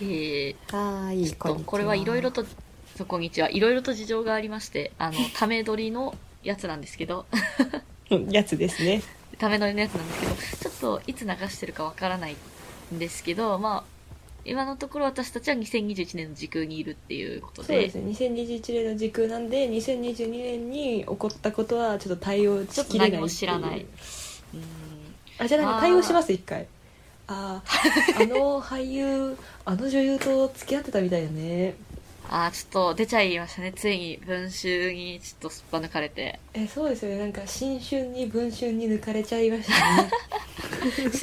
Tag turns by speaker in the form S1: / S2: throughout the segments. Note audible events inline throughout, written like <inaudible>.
S1: えー
S2: あーいい
S1: とこれはいろいろとそうこんにちはいろいろと事情がありまして
S2: <laughs>
S1: あのため撮りのやつなんですけど <laughs>
S2: うんやつですね
S1: ため撮りのやつなんですけどちょっといつ流してるかわからないんですけどまあ今のところ私たちは2021年の時空にいるっていうこと
S2: そうで
S1: です
S2: ね2021年の時空なんで2022年に起こったことはちょっと対応しきれない
S1: ちょっと
S2: って
S1: 何
S2: う
S1: も知らないうん
S2: あじゃあな
S1: あ
S2: ん
S1: ー
S2: か対応します一回
S1: <laughs>
S2: あーあの俳優あの女優と付き合ってたみたいだね
S1: ああちょっと出ちゃいましたねついに文集にちょっとすっぱ抜かれ
S2: <laughs>
S1: て
S2: えそうですよねなんか新春に文春に抜かれちゃいました <laughs> ね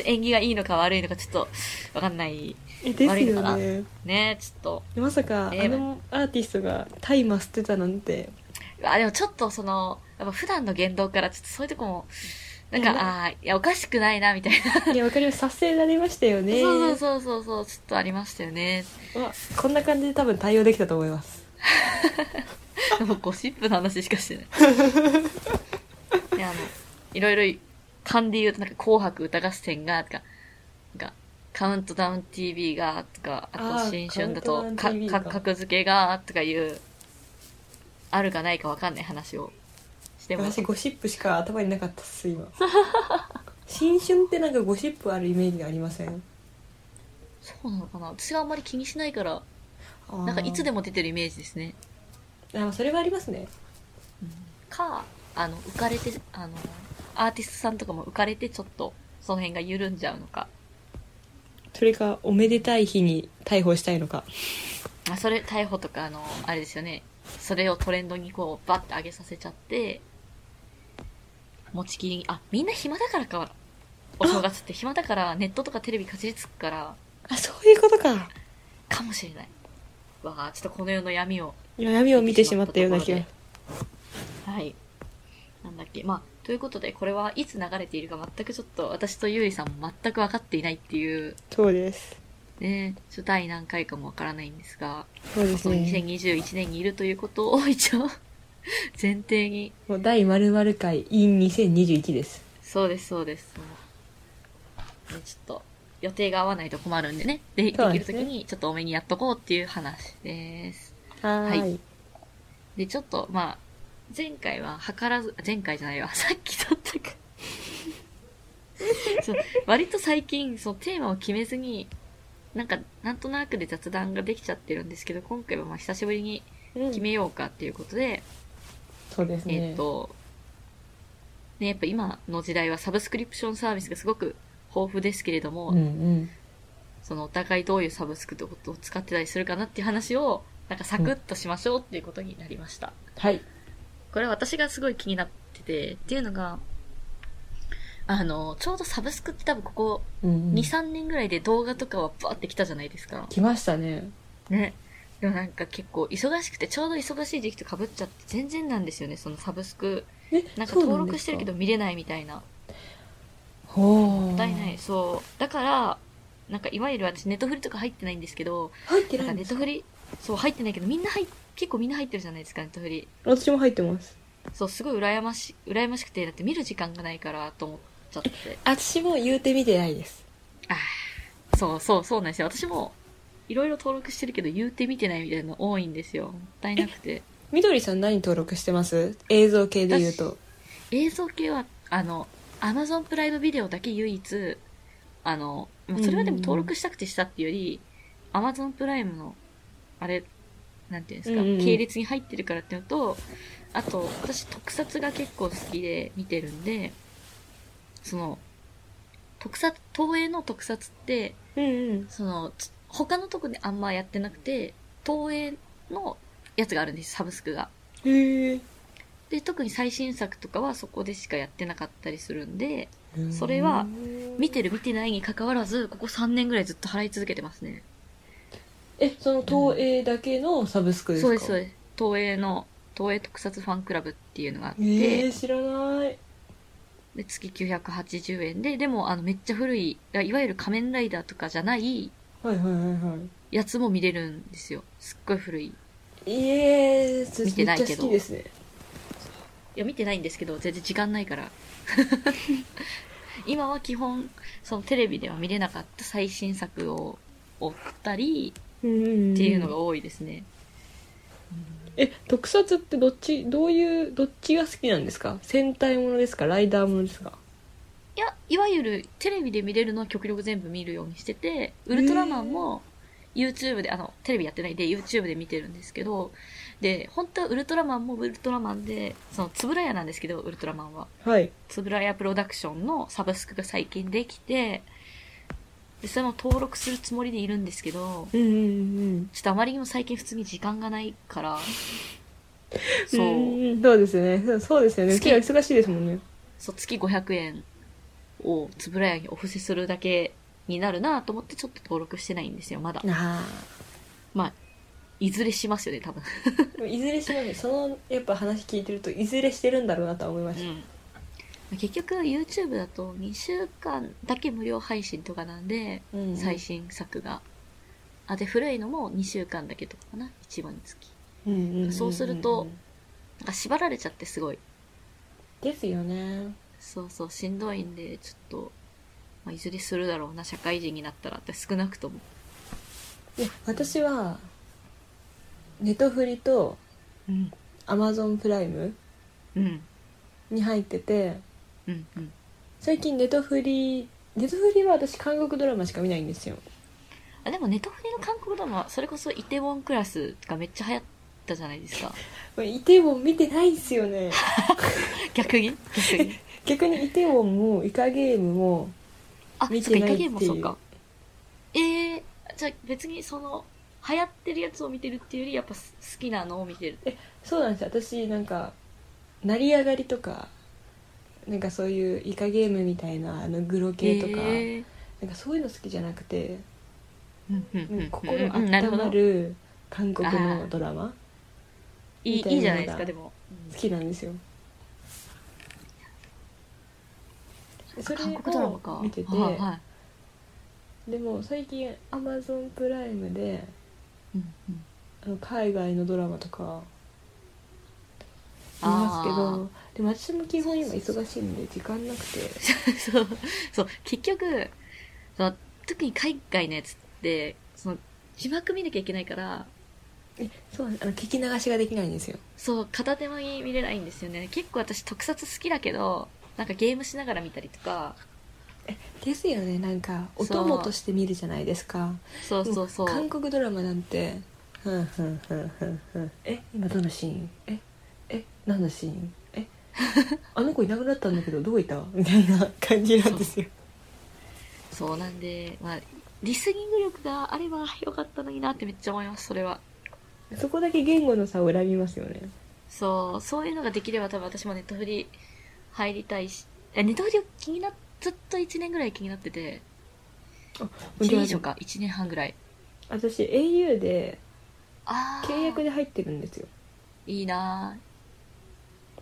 S1: 縁起がいいのか悪いのかちょっとわかんない
S2: えで
S1: 悪
S2: す
S1: いの
S2: よ
S1: か
S2: ね
S1: ねちょっと
S2: まさかあ
S1: ええ
S2: のアーティストが大麻捨てたなんて
S1: あ、でもちょっとその、やっぱ普段の言動からちょっとそういうとこも、なん
S2: いやな
S1: か、ああー、いや、おかしくないな、みたいな。
S2: いやわかりますさせられましたよね
S1: そうそうそうそうそう、ちょっとありましたよね。
S2: まあこんな感じで多分対応できたと思います
S1: でもゴシップの話しかして
S2: <laughs>
S1: ない。いや、あの、いろいろ、勘で言うと、なんか紅白歌合戦が、とか、なんか、カウントダウン TV が、とか、あ
S2: あ
S1: と
S2: ー
S1: 新春だと
S2: カウン、トダ
S1: か
S2: ウン TV、
S1: か、
S2: か
S1: 格付けが、とかいう、あるかないかわかんない話をしてます
S2: 私。ゴシップしか頭になかったっ
S1: <laughs>
S2: す今新春ってなんかゴシップあるイメージありません
S1: そうなのかな私があんまり気にしないから、なんかいつでも出てるイメージですね。
S2: もあそれはありますね
S1: かあの浮かれてあのアーティストさんとかも浮かれてちょっとその辺が緩んじゃうのか
S2: それかおめでたい日に逮捕したいのか
S1: あそれ逮捕とかあのあれですよねそれをトレンドにこうバッて上げさせちゃって持ちきりにあみんな暇だからかお正月って暇だからネットとかテレビかじりつくから
S2: あそういうことか
S1: かもしれないわあちょっとこの世の闇を
S2: 今闇を見てしまったような気が
S1: はい。なんだっけ。まあ、ということで、これはいつ流れているか全くちょっと、私とゆうりさんも全く分かっていないっていう、
S2: そうです
S1: ね、ちょっと第何回かもわからないんですが、
S2: そうです
S1: この
S2: ね
S1: 2021年にいるということを一応、 <laughs> 前提に。
S2: もう第〇〇回 in 2021です
S1: そうです、そうです。もうね、ちょっと、予定が合わないと困るんでね。で、で
S2: そう
S1: き
S2: で
S1: る
S2: す
S1: と
S2: ね
S1: きにちょっと多めにやっとこうっていう話です。
S2: は
S1: ーで、ちょっと、まあ、前回は計らず、前回じゃないわ、 <laughs> さっきだったか。そう割と最近、そう、テーマを決めずに、なんか、なんとなくで雑談ができちゃってるんですけど、今回はまあ、久しぶりに決めようかっていうことで、
S2: そうですね
S1: えっ、と、ね、やっぱ今の時代はサブスクリプションサービスがすごく豊富ですけれども、
S2: うんうん
S1: そのお互いどういうサブスクってことを使ってたりするかなっていう話を、なんかサクッとしましょうっていうことになりました。
S2: はい
S1: これ私がすごい気になってて、っていうのが、あの、ちょうどサブスクって多分ここ
S2: うん
S1: 2、
S2: うん
S1: 3年ぐらいで動画とかはバーって来たじゃないですか。
S2: 来ましたね
S1: ね。でもなんか結構忙しくて、ちょうど忙しい時期と被っちゃって全然なんですよね、そのサブスク。
S2: え
S1: なんか
S2: そう
S1: 登
S2: で
S1: 録
S2: す
S1: してるけど見れないみたいな。
S2: ほう
S1: もったいない。そう。だから、なんかいわゆる私ネットフリとか入ってないんですけど、
S2: 入って
S1: なんか
S2: ないん
S1: ネ
S2: で
S1: ット
S2: す
S1: フリ、そう入ってないけどみんな入っ、結構みんな入ってるじゃないですか、ネットフリ。
S2: 私も入ってます
S1: そう、すごい羨まし、羨ましくて、だって見る時間がないからと思っちゃって。
S2: 私も言うてみてないです
S1: そうそうそうなんですよ。私も、いろいろ登録してるけど、言うて見てないみたいなの多いんですよ。もったいなくて。
S2: みどりさん何登録してます映像系で言うと
S1: 映像系は、あの、アマゾンプライムビデオだけ唯一、あの、まあそれはでも登録したくてしたっていうより、アマゾンプライムの、あれ、なんていうんですか、
S2: うんうんうん
S1: 系列に入ってるからっていうのと、あと、私特撮が結構好きで見てるんで、その、特撮、東映の特撮って、
S2: うんうん
S1: その、つ他のとこであんまやってなくて、東映のやつがあるんです、サブスクが。
S2: へえ
S1: で、特に最新作とかはそこでしかやってなかったりするんで、それは見てる見てないに関わらず、ここ3年ぐらいずっと払い続けてますね。
S2: えその東映だけのサブスクですか、
S1: そうです、そうです。東映の、東映特撮ファンクラブっていうのがあって、
S2: えー、知らない
S1: で月980円で、でもあのめっちゃ古い、だからいわゆる仮面ライダーとかじゃない
S2: はいはいはいはい
S1: やつも見れるんですよ。すっごい古い。い
S2: いえー、
S1: 見てないけど
S2: めっちゃ好きですね
S1: や、見てないんですけど、全然時間ないから。 <laughs> 今は基本、そのテレビでは見れなかった最新作を追ったり、
S2: て
S1: って
S2: い
S1: いうのが多いですね。
S2: え特撮ってどっちどういうどっちが好きなんですか戦隊ものですかライダーものですか
S1: いや、いわゆるテレビで見れるのは極力全部見るようにしてて、ウルトラマンも YouTube で、あの、テレビやってないんで YouTube で見てるんですけど、で、本当はウルトラマンもウルトラマンで、その、つぶらやなんですけど、ウルトラマンは。
S2: はい
S1: つぶらやプロダクションのサブスクが最近できて、で、それも登録するつもりでいるんですけど、
S2: うんうん
S1: ちょっとあまりにも最近普通に時間がない
S2: <laughs>
S1: から、
S2: そ
S1: そうう、
S2: んそうですねそうそうですよね
S1: 好
S2: う
S1: き
S2: ちは忙しいですもんね
S1: そう月500円をつぶらやにお布施するだけになるなと思ってちょっと登録してないんですよ、まだ。
S2: あ
S1: まあ、いずれしますよね、多分。
S2: いずれしますそのやっぱ話聞いてるといずれしてるんだろうなとは思いました、
S1: うん。結局 YouTube だと2週間だけ無料配信とかなんで、
S2: うん
S1: 最新作が。あ、で、古いのも2週間だけとかかな、一番につき。
S2: うんうんんん
S1: そうするとなんか縛られちゃってすごい。
S2: ですよね
S1: そうそう、しんどいんで、ちょっと、まあ、いずれするだろうな、社会人になったらって少なくとも。
S2: いや私はネトフリと
S1: うん。
S2: アマゾンプライム
S1: うん。
S2: に入ってて
S1: うん。うん。
S2: 最近ネトフリネトフリは私韓国ドラマしか見ないんですよ
S1: あでもネトフリの韓国ドラマそれこそイテウォンクラスがめっちゃ流行ったじゃないですか
S2: イテウォン見てないんですよね
S1: 逆に逆に
S2: 逆にイテウォンもイカゲームも
S1: あそ
S2: 見
S1: ってかイ
S2: ない
S1: カ
S2: っ
S1: ゲー
S2: ていう
S1: ムもそうかえー、じゃあ別にその流行ってるやつを見てるっていうよりやっぱ好きなのを見てる
S2: そうなんですよ私なんか成り上がりとかなんかそういうイカゲームみたいなあのグロ系とか、
S1: えー
S2: なんかそういうの好きじゃなくて、
S1: うんうんうんうん
S2: 心
S1: うんなる
S2: 温
S1: ほ
S2: ま
S1: ど
S2: る韓国のドラマ
S1: いい
S2: みたいなのが
S1: いいじゃないですかでも、
S2: 好きなんですよそれ
S1: 韓国ドラマか
S2: を見てて、
S1: はいはい
S2: でも最近アマゾンプライムで
S1: うんうん
S2: あの海外のドラマとか見ますけどでも私も基本今忙しいので時間なくて
S1: そう、そう、結局、その特に海外のやつって、その、字幕見なきゃいけないから、
S2: えそうなんですあの聞き流しができないんですよ
S1: そう、片手間に見れないんですよね。結構私特撮好きだけど、なんかゲームしながら見たりとか、
S2: ですよねなんかお
S1: そう
S2: 供として見るじゃないですか
S1: そうそうそう。
S2: 韓国ドラマなんてふんふんふんふんふんえ今どのシーンええ何のシーンえあの子いなくなったんだけどどこいたみたいな感じなんですよ
S1: そうなんで、まあ、リスニング力があればよかったのになってめっちゃ思います、それは。
S2: そこだけ言語の差を選びますよね
S1: そう、そういうのができれば多分私もネットフリ入りたいし、え、ネットフリ気になっ、ずっと1年ぐらい気になってて、1年以上か、1年半ぐらい。
S2: 私 au で
S1: あー
S2: 契約で入ってるんですよ
S1: いいな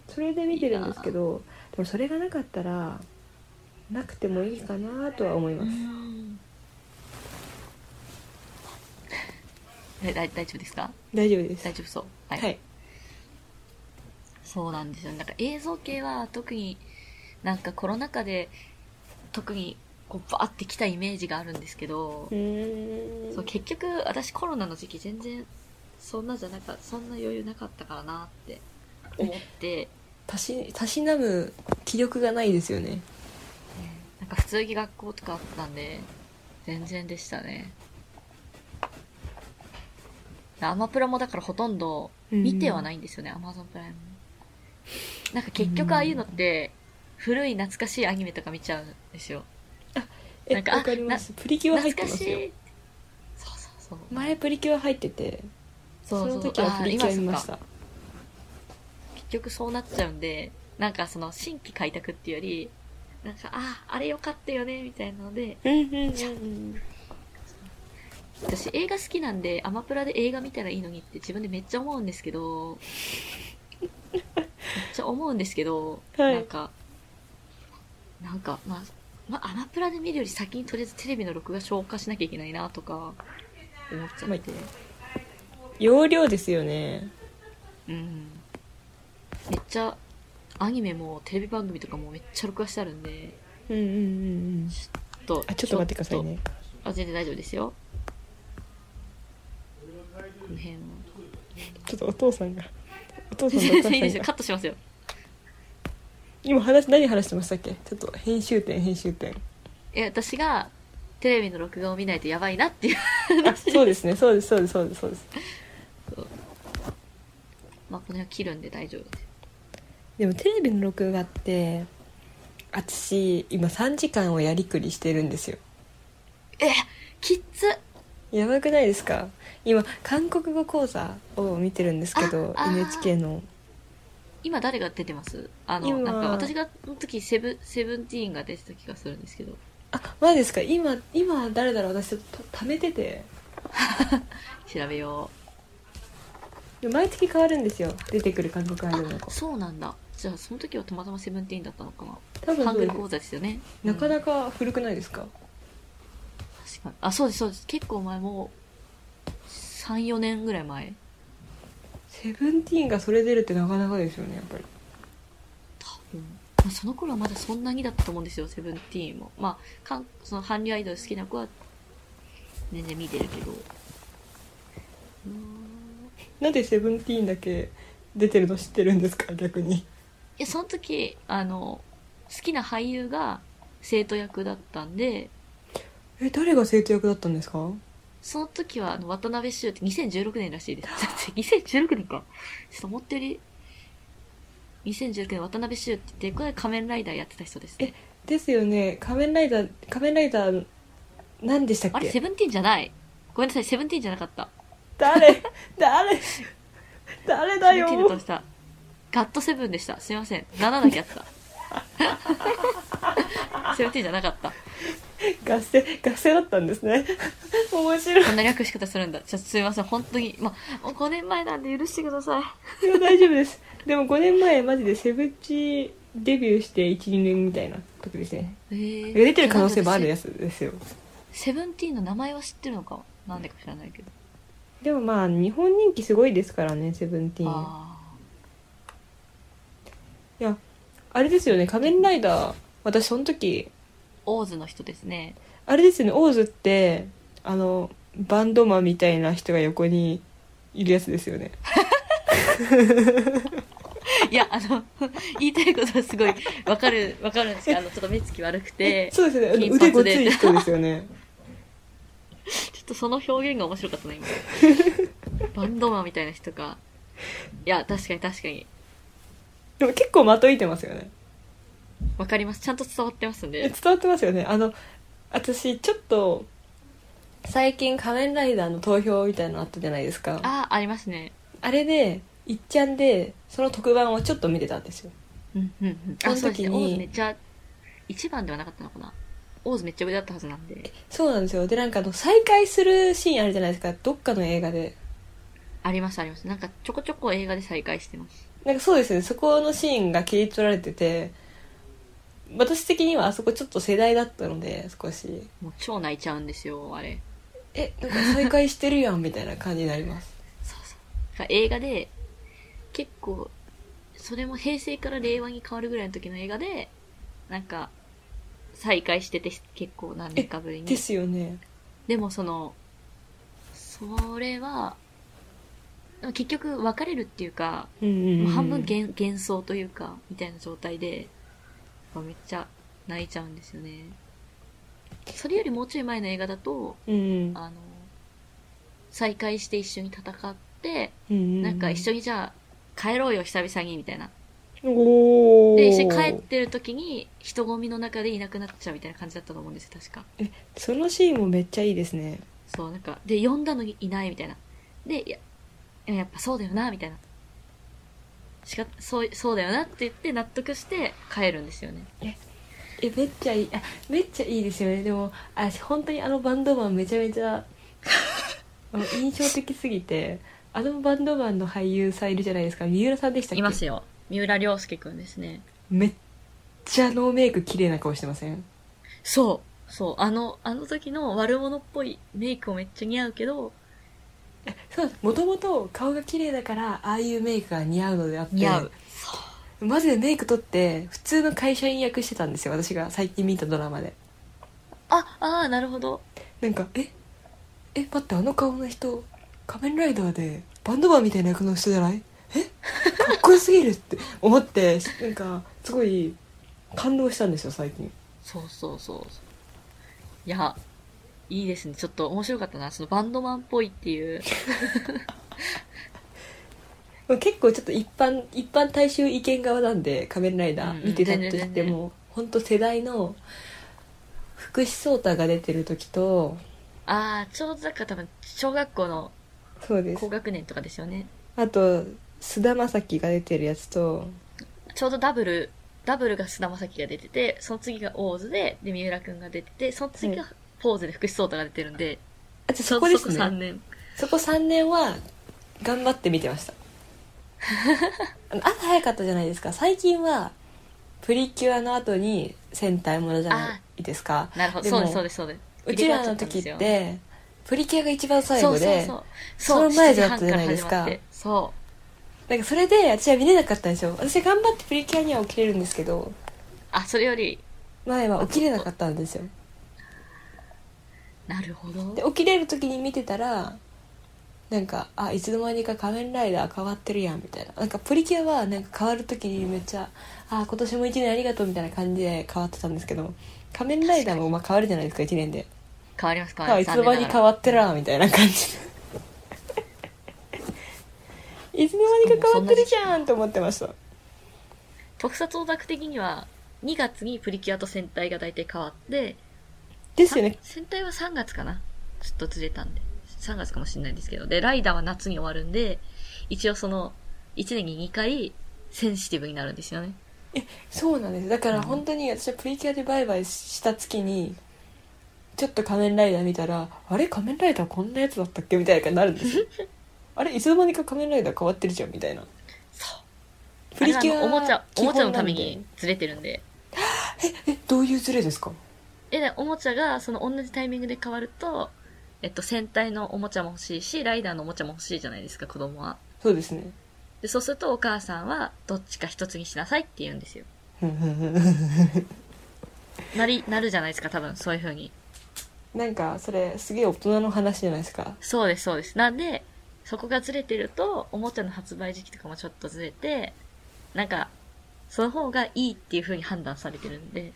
S2: それで見てるんですけどでもそれがなかったらなくてもいいかなとは思い
S1: ぁう
S2: ます
S1: んえ大大丈夫ですか
S2: 大丈夫です
S1: 大丈夫そうはい、
S2: はい
S1: そうなんですよなんか映像系は特になんかコロナ禍で特にこうバーってきたイメージがあるんですけど、
S2: うーん
S1: そう結局私コロナの時期全然そんなじゃなかそんな余裕なかったからなって思って
S2: たしたしなむ気力がないですよね
S1: なんか普通に学校とかあったんで、全然でしたね。アマプラもだからほとんど見てはないんですよね、アマゾンプライム。なんか結局ああいうのって、古い懐かしいアニメとか見ちゃうんですよ。
S2: え
S1: な
S2: わ
S1: んかあ
S2: かりますプリキュア入っ
S1: 懐
S2: て
S1: かし
S2: ますよ
S1: い。そうそうそう。
S2: 前プリキュア入ってて
S1: そ
S2: そう
S1: そう
S2: の時はプリキュア見ま
S1: あー今
S2: し
S1: そうか
S2: た
S1: 結局そうなっちゃうんで、なんかその新規開拓っていうより、なんか、ああ、あれよかったよね、みたいなので、
S2: うんうんうん
S1: 私映画好きなんでアマプラで映画見たらいいのにって自分でめっちゃ思うんですけどめっちゃ思うんですけど、
S2: はい
S1: なんかなんかまあまあ、アマプラで見るより先にとりあえずテレビの録画消化しなきゃいけないなとか思っちゃって、
S2: 容量ですよね
S1: うんめっちゃアニメもテレビ番組とかもめっちゃ録画してあるんで
S2: うんうんうんうん
S1: と
S2: あちょっと待ってくださいね
S1: あ全然大丈夫ですよこの辺は
S2: ちょっとお父さんがお父さんとお
S1: <laughs> 全
S2: 母
S1: 然いいです
S2: さん
S1: よ
S2: が
S1: カットしますよ
S2: 今話何話してましたっけちょっと編集点編集 <laughs> 点
S1: え私がテレビの録画を見ないとやばいなっていう <laughs>
S2: あそうですねそうですそうですそうですそうです
S1: まあこの辺切るんで大丈夫です
S2: でもテレビの録画って私今3時間をやりくりしてるんですよ
S1: えきっつ
S2: やばくないですか今韓国語講座を見てるんですけど
S1: ああー
S2: NHK の
S1: 今誰が出てますあの
S2: 今
S1: なんか私がの時セブセブンティーンが出てた気がするんですけど
S2: あマジですか今今誰だろう私ちょっとためてて
S1: 調べよ
S2: で毎月変わるんですよ出てくる韓国アイドルの
S1: う
S2: 子
S1: そうなんだじゃあその時はたまたまセブンティーンだったのかな
S2: 多分
S1: ハン
S2: そ
S1: グ
S2: うで
S1: ル
S2: す
S1: 講座ですよね
S2: なか
S1: うん
S2: なか古くないですか、
S1: 確かにあそうですそうです結構前も34年ぐらい前
S2: セブンティーンがそれ出るってなかなかですよねやっぱり
S1: 多分まあその頃はまだそんなにだったと思うんですよセブンティーンもまあかんその韓流アイドル好きな子は全然見てるけどうーん
S2: なんでセブンティーンだけ出てるの知ってるんですか逆に
S1: いやその時あの好きな俳優が生徒役だったんで
S2: え誰が生徒役だったんですか
S1: その時はあの渡辺修って2016年らしいです。 <laughs> だって2016年か。ちょっと思ったより、2016年渡辺修って言って、これ仮面ライダーやってた人です、ね。
S2: ですよね仮面ライダー仮面ライダー何でしたっ
S1: あれ、セ
S2: け
S1: ブンティーンじゃない。ごめんなさい、セブンティーンじゃなかった。
S2: 誰誰誰
S1: セ
S2: だ
S1: ブン
S2: よ
S1: ティーンだとした。ガットセブンでした。すいません。7だけやってた。セブンティーンじゃなかった。
S2: 合戦合戦だったんですね面白い
S1: こんな略し方するんだ。ちょっとすいません。本当に。まあ、もう5年前なんで許してください。
S2: いや大丈夫ですでも5年前マジでセブチデビューして12年みたいな時ですね
S1: えー
S2: 出てる可能性もあるやつですよ
S1: セブンティーンの名前は知ってるのかなんでか知らないけど。
S2: でもまあ日本人気すごいですからねセブンティーン
S1: あー
S2: いやあれですよね仮面ライダー私その時
S1: オーズの人ですね。
S2: あれですよねオーズってあのバンドマンみたいな人が横にいるやつですよね
S1: いや、あの、 <laughs> 言いたいことはすごいわかる、わかるんですけど、あの、ちょっと目つき悪くて、ちょ
S2: そうですよねあの
S1: 金
S2: 腕ご
S1: 髪
S2: つ
S1: で
S2: い人ですよね
S1: っとその表現が面白かった
S2: <laughs>
S1: な、今。バンドマンみたいな人か。いや、確かに確かに。
S2: でも結構まといてますよね
S1: わかります。ちゃんと伝わってますん
S2: え
S1: で。
S2: 伝わってますよねあの私ちょっと最近仮面ライダーの投票みたいなのあったじゃないですかあ
S1: ああ、ありますね。
S2: れでいっちゃんでその特番をちょっと見てたんですよ
S1: うん、うん、うん。
S2: その
S1: あ、
S2: 時
S1: そうですね。
S2: に
S1: オーズめっちゃ、一番ではなかったのかな。オーズめっちゃ上だったはずなんで。
S2: そうなんですよでなんかあの再会するシーンあるじゃないですかどっかの映画で
S1: あります、あります。なんか、ちょこちょこ映画で再会してます。
S2: なんかそうですねそこのシーンが切り取られてて私的にはあそこちょっと世代だったので少し
S1: もう超泣いちゃうんですよ、あれ。
S2: えなんか再会してるやんみたいな感じになります
S1: そうそう。映画で、結構、それも平成から令和に変わるぐらいの時の映画で、なんか、再会してて、結構何年かぶり
S2: で
S1: に。
S2: すよね
S1: でもその、それは、結局別れるっていうか、
S2: うんうんうん
S1: もう半分幻幻想というか、みたいな状態で、めっちゃ泣いちゃうんですよね。それよりもうちょい前の映画だと、
S2: うんうん
S1: あの、再会して一緒に戦って、
S2: うんうん
S1: なんか一
S2: 緒
S1: 緒にじゃあ帰ろうよ久々にみたいな。
S2: おお
S1: で、一緒に帰ってる時に人混みの中でいなくなっちゃうみたいな感じだったと思うんですよ、確か。
S2: そのシーンもめっちゃいいですね
S1: そう、なんか、で、呼んだのにいないみたいな。で、いや、いややっぱそうだよな、みたいな。しか、そう、そうだよなって言って納得して帰るんですよね。
S2: えめっちゃいいあめっちゃいいですよねでもあ本当にあのバンドマンめちゃめちゃあの印象的すぎてあのバンドマンの俳優さんいるじゃないですか三浦さんでしたっけ
S1: いますよ。三浦良介くんですね。
S2: めっちゃノーメイク綺麗な顔してません
S1: そう。そう。あの、あの時の悪者っぽいメイクもめっちゃ似合うけど、
S2: そうもともと顔が綺麗だからああいうメイクが似合うのであって
S1: 似合う。そう。
S2: マジでメイク取って普通の会社員役してたんですよ私が最近見たドラマで
S1: あ、ああ、なるほど。
S2: なんかええ待ってあの顔の人仮面ライダーでバンドマンみたいな役の人じゃないえかっこよすぎるって思ってなんかすごい感動したんですよ最近
S1: そうそうそう。いや、いいですね。ちょっと面白かったな。そのバンドマンっぽいっていう。
S2: 結構ちょっと一般一般大衆意見側なんで仮面ライダ
S1: うんう
S2: ー
S1: ん
S2: 見てたと
S1: 全然
S2: して
S1: 全然
S2: も本当世代の福士蒼汰が出てる時と
S1: ああ、ちょうどだから多分、小学校の
S2: そうです
S1: 高学年とかですよね。
S2: あと菅田将暉が出てるやつと
S1: ちょうどダブル、ダブルが菅田将暉が出てて、その次がオーズで、で、三浦くんが出てて、その次がポーズで福士蒼汰が出てるんで、
S2: あと
S1: ちょ
S2: そう
S1: ど
S2: こです
S1: そこ3
S2: ね
S1: 年。
S2: そこ3年は頑張って見てました
S1: <laughs>
S2: あの朝早かったじゃないですか最近はプリキュアの後に戦隊ものじゃないですか
S1: なるほど、
S2: でも
S1: そうです、そうです、そうです。
S2: うちらの時
S1: 入れ替わ
S2: っ
S1: ちゃ
S2: てプリキュアが一番
S1: たん
S2: 最
S1: すよ
S2: 後で
S1: そう
S2: そ
S1: そうそう。
S2: の前だったじゃないです
S1: 7
S2: か
S1: 時半ら始まってそ
S2: なんかそれで私は見れなかったんですよ私頑張ってプリキュアには起きれるんですけど
S1: う。あ、それより、
S2: 前は起きれなかったんですよ
S1: なるほど。
S2: で起きれる時に見てたらなんかあいつの間にか仮面ライダー変わってるやんみたいななんかプリキュアはなんか変わる時にめっちゃあ今年も1年ありがとうみたいな感じで変わってたんですけど仮面ライダーもまあ変わるじゃないですか1年で
S1: 変わります、変わ
S2: あ
S1: り
S2: い
S1: ま
S2: つ
S1: す。
S2: の間に変わってらみたいな感じいつの間にか変わってるじゃんと思ってました
S1: 特撮オタク的には2月にプリキュアと戦隊が大体変わって
S2: ですよね
S1: さ戦隊は3月かなちょっとずれたんで3月かもしれないんですけどでライダーは夏に終わるんで一応その1年に2回センシティブになるんですよね
S2: そうなんですだから本当に私はプリキュアでバイバイした月にちょっと仮面ライダー見たらあれ仮面ライダーこんなやつだったっけみたいな感じになるんですよ
S1: <laughs>
S2: あれいつの間にか仮面ライダー変わってるじゃんみたいな
S1: そう
S2: プリキュア
S1: あれはあのおもちゃおもちゃのため
S2: 基本なん
S1: に
S2: で
S1: ずれてるんで
S2: えどういうズレですか
S1: えでおもちゃがその同じタイミングで変わるとえっと戦隊のおもちゃも欲しいしライダーのおもちゃも欲しいじゃないですか子供は
S2: そうです
S1: <laughs>
S2: ね
S1: でそうするとお母さんはどっちか一つにしなさいって言うんですよ
S2: ふんふんふんふん
S1: なり、なるじゃないですか、多分、そういう風に。
S2: なんかそれすげえ大人の話じゃないですか
S1: そうです、そうです。なんで、そこがずれてると、おもちゃの発売時期とかもちょっとずれて、なんか、その方がいいっていう風に判断されてるんで、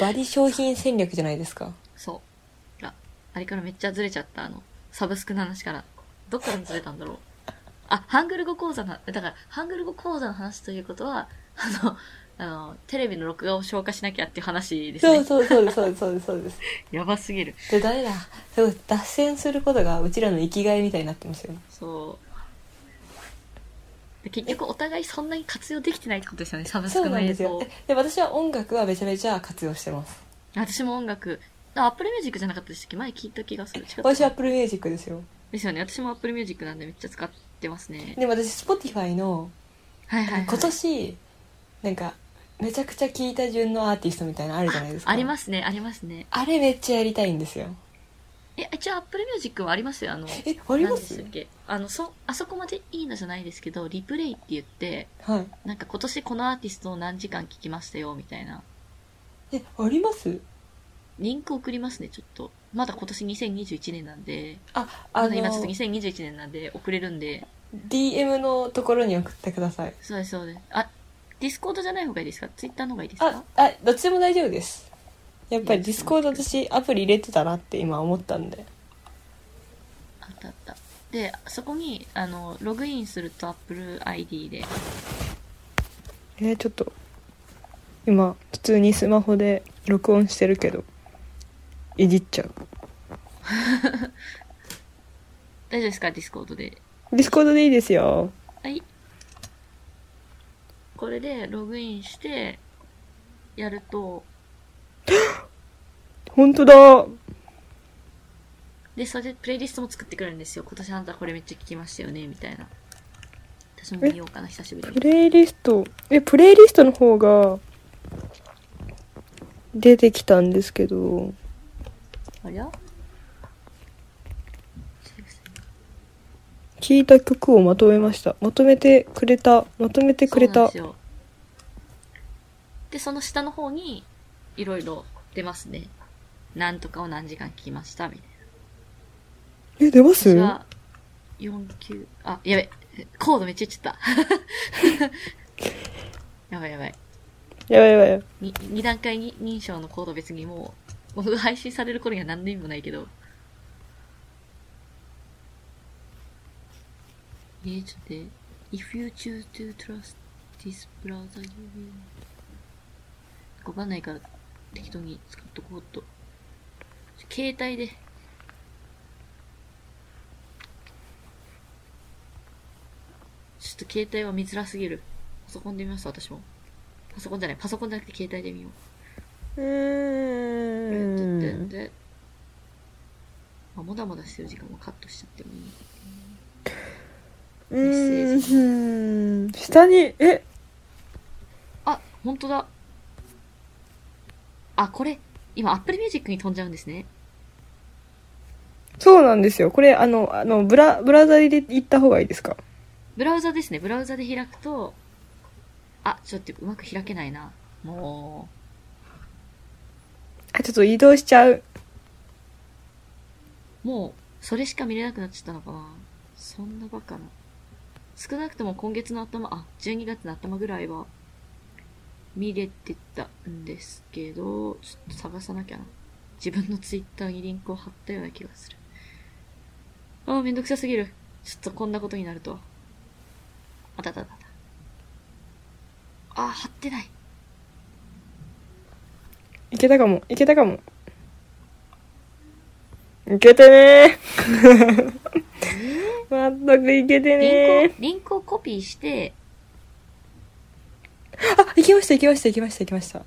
S2: バリ商品戦略じゃないですか
S1: そう。あ、あれからめっちゃずれちゃった、あの、サブスクの話から。どっからずれたんだろう。あ、ハングル語講座の、だから、ハングル語講座の話ということは、あの、あの、テレビの録画を消化しなきゃっていう話です
S2: そう
S1: ね。
S2: そうそうですそうですそうですそうです
S1: やばすぎる。
S2: で誰だそう脱線することがうちらの生きがいみたいになってますよ
S1: そう。で結局お互いそんなに活用できてないってことですよね、サブス
S2: そう
S1: ク
S2: な
S1: の
S2: ん
S1: 映
S2: です
S1: 像
S2: よ
S1: を。
S2: で私は音楽はめちゃめちゃ活用してます
S1: 私も音楽、あアップルミュージックじゃなかったでしたっけ前聞いた気がする。違った
S2: 私は Apple Music ですよ
S1: ですよね、私もアップルミュージックなんでめっちゃ使ってますね。
S2: でも私 Spotify の
S1: はいはい、はい。
S2: 今年なんかめちゃくちゃ聴いた順のアーティストみたいなのあるじゃないですか
S1: ありますすね、ありますね。
S2: あれめっちゃやりたいんですよ
S1: え、一応アップルミュージックはありますよ、あの、
S2: えありま
S1: 何
S2: す
S1: でしたっけあの、そ、あそこまでいいのじゃないですけど、リプレイって言って、
S2: はい
S1: なんか今年このアーティストを何時間聴きましたよ、みたいな。
S2: えあります
S1: リンク送りますね、ちょっと。まだ今年2021年なんで。
S2: あ
S1: あ
S2: あ
S1: の
S2: の
S1: 今ちょっと2021年なんで遅れるんで
S2: DM のところに送ってください
S1: そうですそうですあディスコードじゃない方がいいですかツイッターの方がいいです
S2: あ
S1: か
S2: あどっちでも大丈夫ですやっぱり
S1: いいで
S2: ディ
S1: す
S2: ス
S1: ね
S2: コード私アプリ入れてたなって今思ったんで
S1: あったあったでそこにあのログインすると AppleID で
S2: えーちょっと今普通にスマホで録音してるけどいじっちゃう
S1: 大丈夫ですかディスコードで
S2: ディスコードでいいですよ
S1: はいこれでログインしてやると
S2: 本当だ
S1: でそれでプレイリストも作ってくれるんですよ今年あなたこれめっちゃ聞きましたよねみたいな私も見ようかな久しぶり
S2: プ
S1: に
S2: レイリストえプレイリストの方が出てきたんですけど
S1: ありゃ
S2: 聞いた曲をまとめましたまとめてくれたまとめてくれ
S1: そうなん
S2: た
S1: ですよでその下の方にいろいろ出ますねなんとかを何時間聞きましたみたい
S2: え出ます
S1: な私は49あやべコードめっちゃいっちゃった <laughs> やばいやばい
S2: やばいやばいやばい
S1: に二段階に認証のコード別にもう僕が配信される頃には何の意味もないけどえー、ちょっと待って If you choose to trust this browser you will わかんないから適当に使っとこうっと携帯でちょっと携帯は見づらすぎるパソコンで見ます私もパソコンじゃないパソコンじゃなくて携帯で見よう
S2: う
S1: これやって
S2: ー
S1: って
S2: ん
S1: で、まあ、もだもだしてる時間もカットしちゃってもいい。
S2: う
S1: ッセージ
S2: ーん下にえ
S1: あ、本当だ。あ、これ、今 Apple Music に飛んじゃうんですね。
S2: そうなんですよこれあのあのブラブラウザで行った方がいいですか
S1: ブラウザですね。ブラウザで開くと、あ、ちょっとうまく開けないな。も
S2: あちょっと移動しちゃう
S1: う、もう、それしか見れなくなっちゃったのかな。そんなバカな。少なくとも今月の頭、あ、12月の頭ぐらいは、見れてたんですけど、ちょっと探さなきゃな。自分のツイッターにリンクを貼ったような気がする。ああ、めんどくさすぎる。ちょっとこんなことになるとは。あたたたた。ああ、貼ってない。
S2: いけたかもいけたかもいけてねー全くいけて
S1: リン
S2: ね
S1: クを、リンクをコピーして、
S2: ーあいきましたいきましたいきましたいきました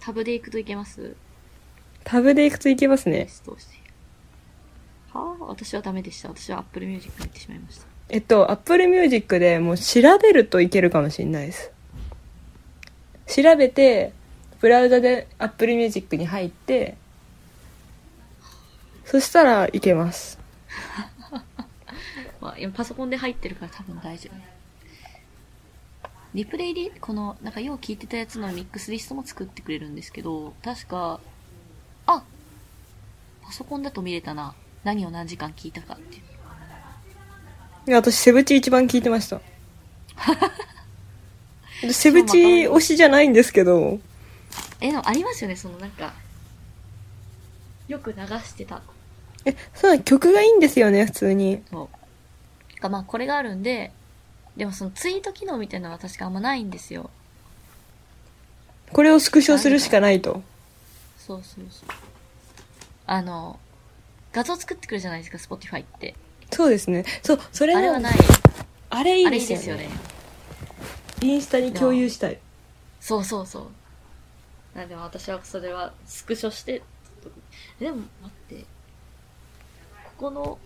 S1: タブで行くといけます
S2: タブでいくといけます
S1: テ
S2: ね
S1: ストをして。はあ、私はダメでした。私は Apple Music に行ってしまいました。
S2: えっと Apple Music でもう調べるといけるかもしれないです調べてブラウザで Apple Music に入ってそしたらいけます
S1: まあ、今パソコンで入ってるから多分大丈夫。リプレイで、この、なんかよう聞いてたやつのミックスリストも作ってくれるんですけど、確か、あパソコンだと見れたな。何を何時間聞いたかっていう。
S2: いや私セブチ一番聞いてました <laughs> セブチ推しじゃないんですけど
S1: え、でもありますよね、そのなんか、よく流してた。
S2: えそう曲がいいんですよね普通に
S1: そう。がまあこれがあるんで、でもそのツイート機能みたいなのは確かあんまないんですよ。
S2: これをスクショするしかないと
S1: そうそうそう。あの、画像作ってくるじゃないですか、Spotify って。
S2: そうですねそうそれ
S1: あ
S2: の
S1: れはない。
S2: あれいい
S1: あれいい
S2: です
S1: で
S2: よ
S1: す
S2: ね
S1: よね。
S2: インスタに共有したい
S1: そうそうそう。なんでも私はそれはスクショして、でも待って、ここの、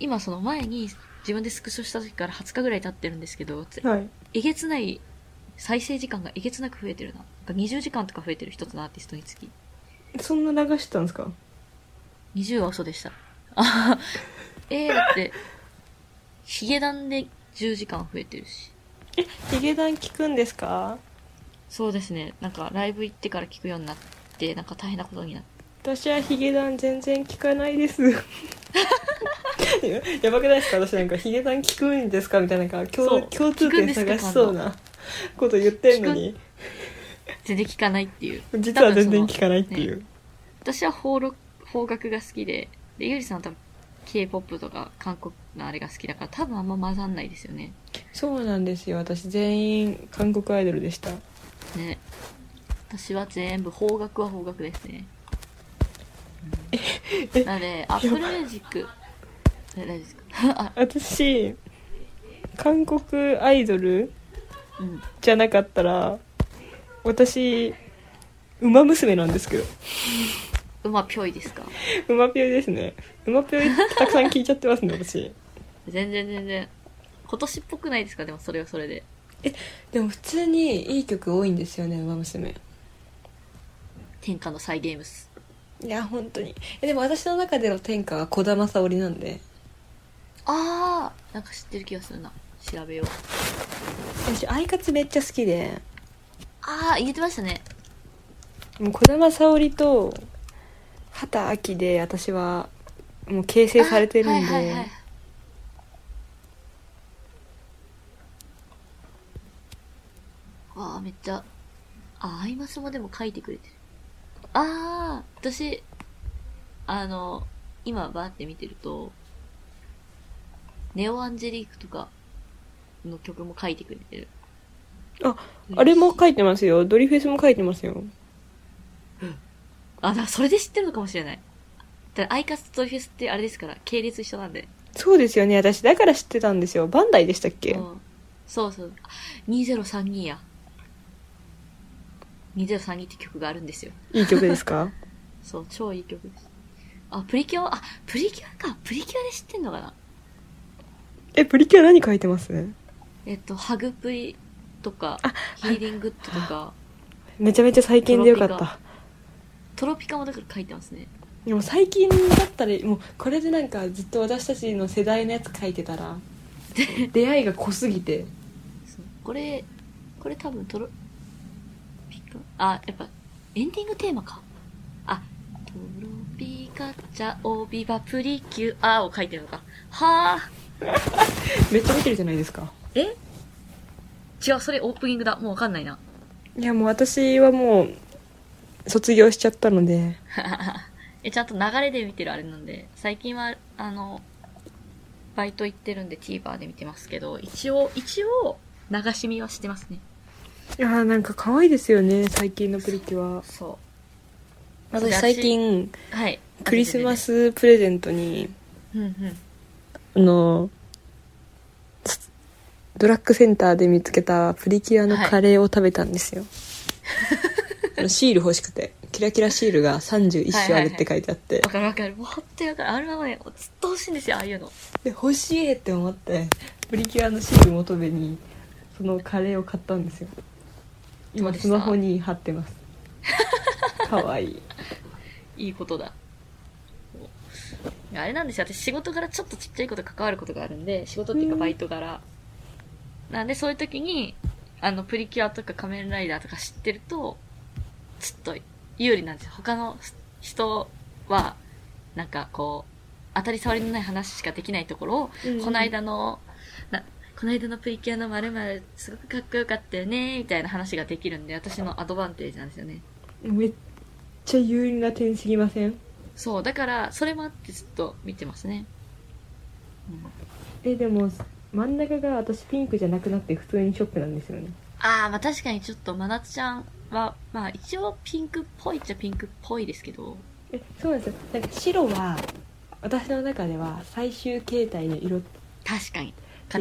S1: 今その前に自分でスクショした時から20日ぐらい経ってるんですけど、
S2: はい
S1: えげつない、再生時間がえげつなく増えてるな。なんか20時間とか増えてる一つのアーティストにつき。
S2: そんな流してたんですか
S1: 20は嘘でした。あえー、だって、ヒゲダンで10時間増えてるし。
S2: ヒゲダン聞くんですか
S1: そうですね。なんかライブ行ってから聞くようになって、なんか大変なことになって。
S2: 私はヒゲダン全然聞かないです <laughs> ややばくないですか私なんかヒゲダン聞くんですかみたいななんか
S1: そ
S2: 共
S1: う
S2: 共通
S1: 聞くんです
S2: 点
S1: か
S2: 探しそうなこと言ってんのに
S1: 全然聞かないっていう。
S2: 実は全然
S1: 多分その
S2: 聞かないっていう、
S1: 私は邦楽邦楽が好きで、で、ゆりさんは多分 K-POP とか韓国のあれが好きだから多分あんま混ざんないですよね。
S2: そうなんですよ私全員韓国アイドルでした
S1: ね。私は全部邦楽は邦楽ですね。うんなので、アップルミュージック、え大丈夫ですか <laughs> あ、
S2: 私韓国アイドル
S1: うん。
S2: じゃなかったら私ウマ娘なんですけど
S1: うまぴょいですか
S2: ウマぴょいですねウマぴょいたくさん聞いちゃってますね私
S1: 全然全然。今年っぽくないですかでもそれはそれで。
S2: でも普通にいい曲多いんですよね「ウマ娘
S1: 天下のサイゲームス。」
S2: いや本当にえでも私の中での天下は児玉沙織なんで
S1: あー、なんか知ってる気がするな。調べよう。
S2: 私アイカツめっちゃ好きで
S1: あー、言ってましたね。
S2: もう児玉沙織と畑あきで私はもう形成されてるんで、
S1: あはいはいはい。めっちゃ、あ、アイマスもでも書いてくれてる。あー、私、あの、今バーって見てると、ネオアンジェリークとかの曲も書いてくれてる。
S2: あ、あれも書いてますよ。ドリフェスも書いてますよ。
S1: あ、だからそれで知ってるのかもしれない。だアイカスとトリフェスってあれですから、系列一緒なんで。
S2: そうですよね。私、だから知ってたんですよ。バンダイでしたっけ
S1: うんそうそう。あ2032や。2032って曲があるんですよ。
S2: いい曲ですか <laughs>
S1: そう、超いい曲です。あ、プリキュア、あ、プリキュアか。プリキュアで知ってんのかな
S2: え、プリキュア何書いてます
S1: えっと、ハグプリとか
S2: あ、
S1: ヒーリングッドとか、
S2: めちゃめちゃ最近でよかっ
S1: トロピ
S2: た。
S1: トロピカもだから書いてますね。
S2: <laughs> でも最近だったら、もうこれでなんかずっと私たちの世代のやつ書いてたら、出会いが濃すぎて。
S1: そうこれ、これ多分トロピカ、あ、やっぱ、エンディングテーマか。あ、トロピカチャオビバプリキュアを書いてるのか。はぁ。
S2: めっちゃ見てるじゃないですか。
S1: え違う、それオープニングだ。もうわかんないな。
S2: いや、もう私はもう、卒業しちゃったので、
S1: <laughs> え、ちゃんと流れで見てるあれなんで、最近は、あの、バイト行ってるんで TVer で見てますけど、一応、一応、流し見はしてますね。
S2: いやーなんか可愛いですよね、最近のプリキュア。
S1: そ
S2: 私最近、
S1: う。はい。
S2: クリスマ。スプレゼントに、
S1: うんうん。
S2: あの、つドラッグセンターで見つけたプリキュアのカレーを食べたんですよ。あのシール欲しくて。キラキラシールが31種あるって書いてあって。
S1: わかるわかる。もう本当にわかる。あれはね、ずっと欲しいんですよ、ああいうの。
S2: で、欲しいって思って、プリキュアのシール求めに、そのカレーを買ったんですよ。
S1: どう
S2: 今
S1: でし
S2: ス
S1: た
S2: マホに貼ってます。かわいい。
S1: いいことだ。あれなんですよ。私仕事からちょっとちっちゃいこと関わることがあるんで、仕事っていうか
S2: うん
S1: バイト柄。なんでそういう時に、あの、プリキュアとか仮面ライダーとか知ってると、ちょっと有利なんですよ。他の人は、なんかこう、当たり障りのない話しかできないところを、 <laughs> この間の、な、この間のプリキュアの〇〇すごくかっこよかったよね、みたいな話ができるんで、私のアドバンテージなんですよね。
S2: めっちゃ有利な点すぎません
S1: そう、だから、それもあってずっと見てますね。うん
S2: えでも真ん中が私ピンクじゃなくなって普通にショックなんですよね
S1: ああ、まあ確かにちょっと、真夏ちゃんは、まあ一応ピンクっぽいっちゃピンクっぽいですけど、
S2: えそうなんですよなんか白は私の中では最終形態の色
S1: 確かに。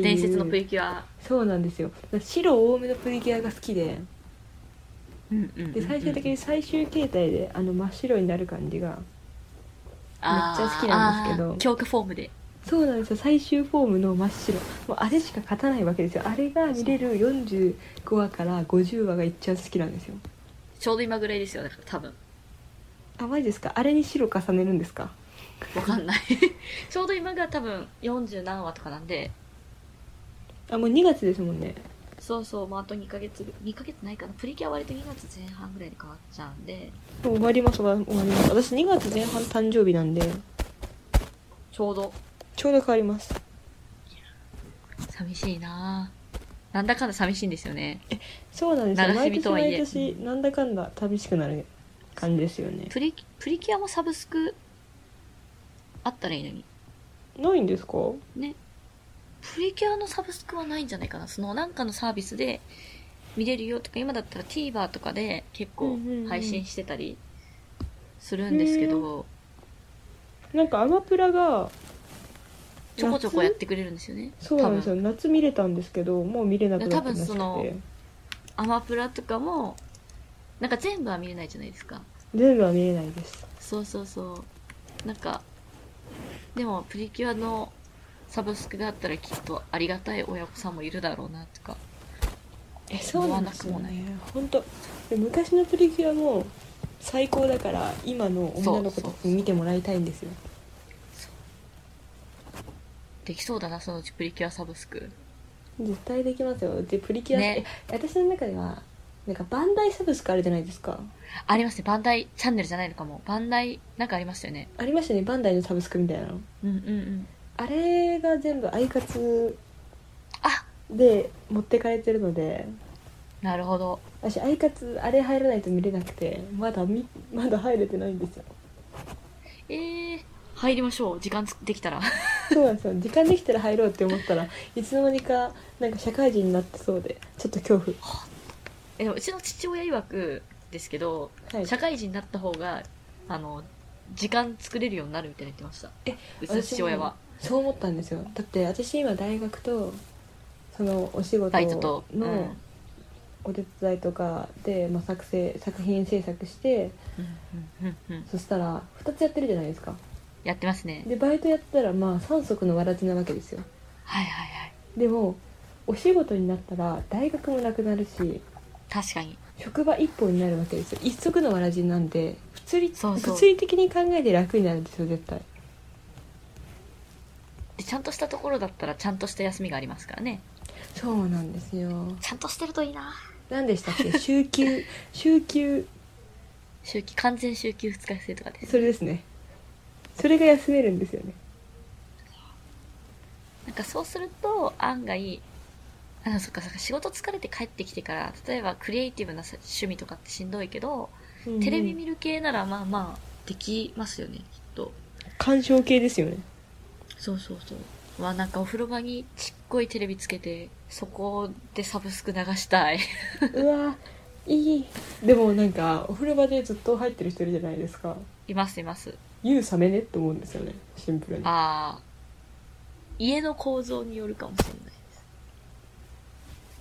S1: 家庭説のプリキュア。
S2: そうなんですよだから白多めのプリキュアが好きで
S1: うんうんうんうん
S2: で最終的に最終形態であの真っ白になる感じが
S1: あー
S2: めっちゃ好きなんですけど
S1: あー強化フォームで。
S2: そうなんですよ最終フォームの真っ白もうあれしか勝たないわけですよあれが見れる45話から50話がいっちゃ好きなんですよ
S1: ちょうど今ぐらいですよ、だから多分。
S2: あマジですかあれに白重ねるんですか
S1: わかんない。 <laughs> ちょうど今が多分40何話とかなんで、
S2: あもう2月ですもんね
S1: そうそう、まああと2ヶ月ぐ、2ヶ月ないかな。プリキュア割と2月前半ぐらいで変わっちゃうんで、
S2: もう終わります終わ終わります私2月前半誕生日なんで
S1: ちょうど
S2: ちょうど変わります
S1: 寂しいなぁなんだかんだ寂しいんですよね。
S2: そうなんですよ
S1: 流し
S2: 毎
S1: 見
S2: 年
S1: とはいえ
S2: 毎年なんだかんだ寂しくなる感じですよね
S1: プリ、プリキュアもサブスク、あったらいいのに。
S2: ないんですか
S1: ね。プリキュアのサブスクはないんじゃないかな。その、なんかのサービスで見れるよとか、今だったら TVer とかで結構
S2: うんうんうん
S1: 配信してたりするんですけど、
S2: なんかアマプラが
S1: ちょこちょこやってくれるんですよね。
S2: そうなんですよ夏見れたんですけどもう見れなくなってま
S1: 多分
S2: し
S1: その
S2: くて
S1: 多分アマプラとかも、なんか全部は見れないじゃないですか。
S2: 全部は見れないです
S1: そうそうそう。なんか、でも、プリキュアのサブスクがあったらきっとありがたい親御さんもいるだろうなとか。
S2: え
S1: そうなんですよね
S2: 本当で昔のプリキュアも最高だから今の女の子たちに見てもらいたいんですよ
S1: できそうだな、そのうちプリキュアサブスク。
S2: 絶対できますよでプリキュア、
S1: ね
S2: え私の中ではなんかバンダイサブスクあるじゃないですか
S1: ありますね。バンダイチャンネルじゃないのかも。バンダイ、なんかありましたよね。
S2: ありましたねバンダイのサブスクみたいなの
S1: うんうんうん。
S2: あれが全部アイカツ
S1: あ
S2: で持ってかれてるので
S1: なるほど。
S2: 私アイカツあれ入らないと見れなくてまだみまだ入れてないんですよ
S1: えー、入りましょう。時間つできたら。
S2: そうなんですよ時間できたら入ろうって思ったらいつの間にかなんか社会人になってそうでちょっと恐怖
S1: <laughs> えうちの父親曰くですけど、
S2: はい
S1: 社会人になった方が、あの、時間作れるようになるみたいな言ってました。え、うちの父親は。
S2: 私もそう思ったんですよだって私今大学とそのお仕
S1: バイトとう
S2: 事。
S1: ん。う
S2: の
S1: ん
S2: お手伝いとかで、まあ、作成作品制作して
S1: うんうんうん
S2: そしたら2つやってるじゃないですか
S1: やってますね。
S2: でバイトやったらまあ3足のわらじなわけですよ
S1: はいはいはい。
S2: でもお仕事になったら大学もなくなるし
S1: 確かに。
S2: 職場一本になるわけですよ一足のわらじなんで普通に
S1: そうそう
S2: 物理的に考えて楽になるんですよ絶対
S1: で、ちゃんとしたところだったら、ちゃんとした休みがありますからね。
S2: そうなんですよ
S1: ちゃんとしてるといいな。
S2: 何でしたっ
S1: <laughs>
S2: け週休週休
S1: 週休、完全週休2日制とかです。
S2: それですねそれが休めるんですよね
S1: なんかそうすると、案外、あの、そっかそっか、仕事疲れて帰ってきてから、例えばクリエイティブなさ趣味とかってしんどいけど、テレビ見る系ならまあまあできますよねきっと
S2: 干渉系ですよね
S1: そうそうそうわなんかお風呂場にちっこいテレビつけてそこでサブスク流したい
S2: <laughs>
S1: <laughs>
S2: うわいいでもなんかお風呂場でずっと入ってる人いるじゃないですか
S1: いますいます
S2: 湯冷めねって思うんですよねシンプルに
S1: ああ家の構造によるかもしれないです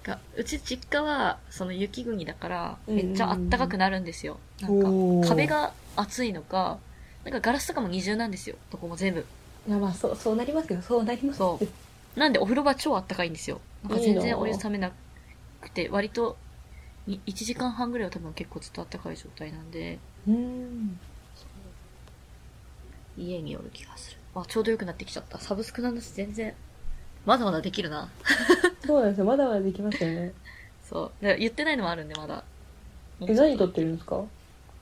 S1: がうち実家はその雪国だから
S2: うんうん
S1: め
S2: うん
S1: っちゃあったかくなるんですよ、なん
S2: おー
S1: か壁が厚いのかなんかガラスとかも二重なんですよどこも全部
S2: いやまあそうそうなりますよそうなります
S1: そうなんでお風呂場超あったかいんですよ。なんか全然お湯冷めなくて、割と1時間半ぐらいは多分結構ずっとあったかい状態なんで、
S2: うん
S1: 家による気がする。あ、ちょうど良くなってきちゃった。サブスクなんだし全然、まだまだできるな。
S2: そうなんですよまだまだできますよね
S1: そう。だから言ってないのもあるんで、まだ。
S2: え何撮ってるんですか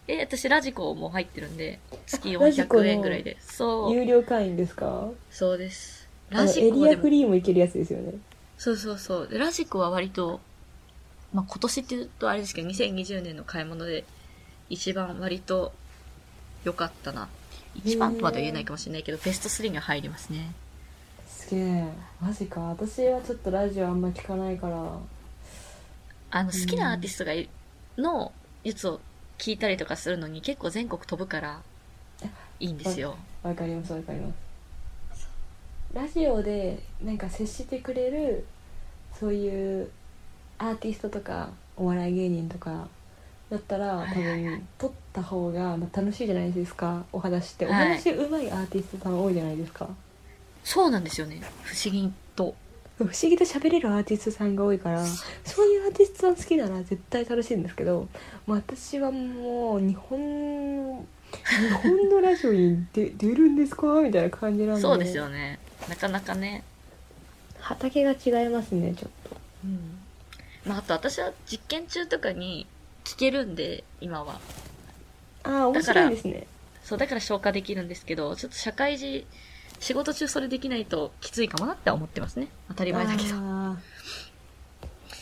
S1: え、私ラジコも入ってるんで、月
S2: ラジコの
S1: 400円ぐらいで。そう。
S2: 有料会員ですか
S1: そうです。
S2: あ
S1: ラ
S2: の
S1: ジ
S2: エ
S1: コ
S2: リ
S1: で
S2: アフ
S1: も、
S2: リーも行けるやつですよね
S1: そうそうそう。でラジコは割と、まあ、今年って言うとあれですけど、2020年の買い物で一番割と良かったな。一番とまでは言えないかもしれないけど、ベスト3には入りますね。
S2: すげえマジか私はちょっとラジオあんま聞かないから
S1: あの、
S2: うん
S1: 好きなアーティストがいのやつを聞いたりとかするのに結構全国飛ぶから、いいんですよ。
S2: わかりますわかりますラジオでなんか接してくれるそういうアーティストとかお笑い芸人とかだったら多
S1: はいはいは
S2: 分撮った方がまあ楽しいじゃないですかお話ってお
S1: はい
S2: 話うまいアーティストさん多いじゃないですか、
S1: そうなんですよね。不思議と。
S2: 不思議と喋れるアーティストさんが多いからそういうアーティストさん好きなら絶対楽しいんですけどもう私はもう日本日本のラジオに出出るんですかみたいな感じなんで
S1: そうですよね。なかなかね。
S2: 畑が違いますねちょっと
S1: うん。まあ、あと私は実験中とかに聞けるんで、今は。
S2: ああ面
S1: だか
S2: 白
S1: ら
S2: いですね
S1: そう、だから消化できるんですけど、ちょっと社会人、仕事中それできないときついかもなって思ってますね。当たり前だけど。
S2: あ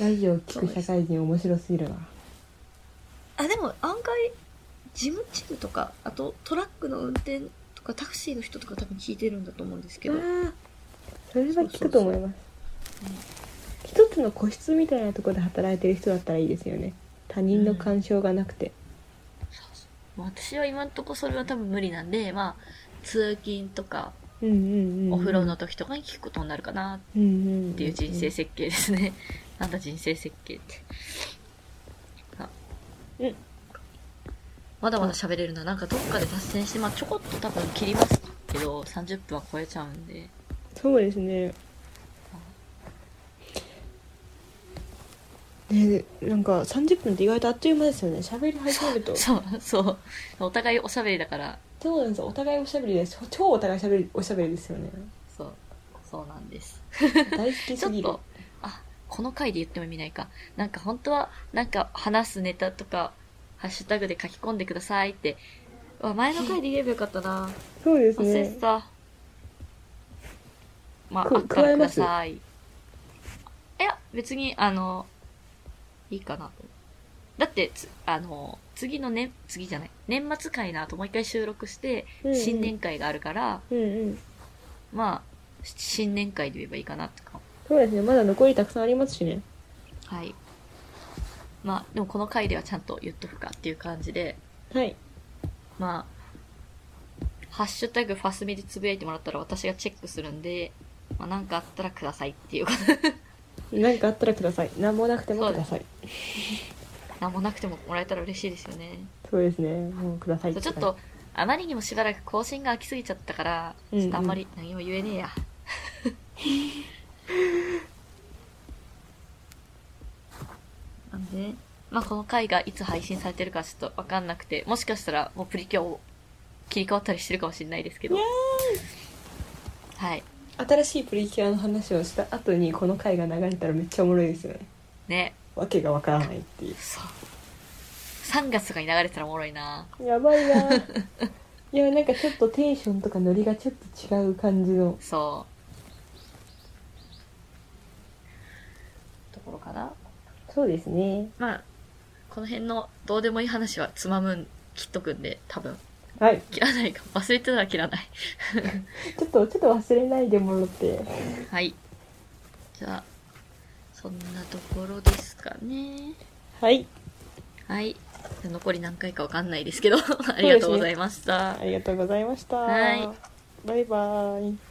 S2: ーラジオ聞く社会人面白すぎるな
S1: あ、でも案外、事務チームとか、あとトラックの運転とかタクシーの人とか多分聞いてるんだと思うんですけ
S2: あ
S1: ど、
S2: ーそれは聞くと思います一つの個室みたいなところで働いてる人だったらいいですよね他人の干渉がなくて、
S1: 私は今んとこそれは多分無理なんで、まあ、通勤とか、
S2: うん、うんうんうん
S1: お風呂の時とかに聞くことになるかな
S2: うんうん
S1: っていう人生設計ですね。なんだ人生設計って。あ
S2: うん
S1: まだまだ喋れるな。なんかどっかで脱線して、まあちょこっと多分切りますけど、30分は超えちゃうんで。
S2: そうですねねなんか30分って意外とあっという間ですよね喋り始めると
S1: そう、そう。お互いおしゃべりだから、
S2: そうなんですよお互いおしゃべりです超お互いしゃべりおしゃべりですよね
S1: そう、そうなんです。
S2: 大好き
S1: ち
S2: す
S1: ょっ
S2: ぎる
S1: と、あ、この回で言っても意味ないか。なんか本当は、なんか話すネタとか、ハッシュタグで書き込んでくださいって。うわ前の回で言えばよかったな。
S2: そうです
S1: 忘れて
S2: ね
S1: た。まあ、
S2: く
S1: あったら
S2: 加え
S1: く
S2: ま
S1: だ
S2: す
S1: さい。いや、別に、あの、いいかなと。だってつ、あの、次のね、次じゃない、年末会の後もう一回収録して、
S2: うんうん
S1: 新年会があるから、
S2: うんうん
S1: まあ、し新年会で言えばいいかなとか。
S2: そうですねまだ残りたくさんありますしね
S1: はい。まあ、でもこの回ではちゃんと言っとくかっていう感じで、
S2: はい
S1: まあ、ハッシュタグファスミでつぶやいてもらったら私がチェックするんで、まあなんかあったらくださいっていう <laughs> こと。
S2: 何かあったらください何もなくてもください
S1: なんもなくてももらえたら嬉しいですよね。
S2: そうですねもうください
S1: そうちょっと、あまりにもしばらく更新が空きすぎちゃったから、
S2: うんうん
S1: ちょっとあんまり何も言えねえや。 <laughs> なんで、まあこの回がいつ配信されてるかちょっとわかんなくて、もしかしたらもうプリキュアを切り替わったりしてるかもしれないですけど
S2: イエ。
S1: はい。
S2: 新しいプリキュアの話をした後にこの回が流れたらめっちゃおもろいですよね
S1: ね。
S2: わけがわからないっていう
S1: そう。3月とかに流れてたらおもろいな。
S2: やばいな <laughs> いやなんかちょっとテンションとかノリがちょっと違う感じの
S1: そう。ところかな。
S2: そうですね
S1: まあ、この辺のどうでもいい話はつまむん、切っとくんで、多分。
S2: はい
S1: 切らないか。忘れてたら切らない。
S2: ちょっとちょっと忘れないでもらって
S1: はい。じゃあ、そんなところですかね。
S2: はい
S1: はい。じゃあ残り何回かわかん <laughs> ないですけど、ありがとうございました。
S2: ありがとうございました
S1: はい
S2: バイバイ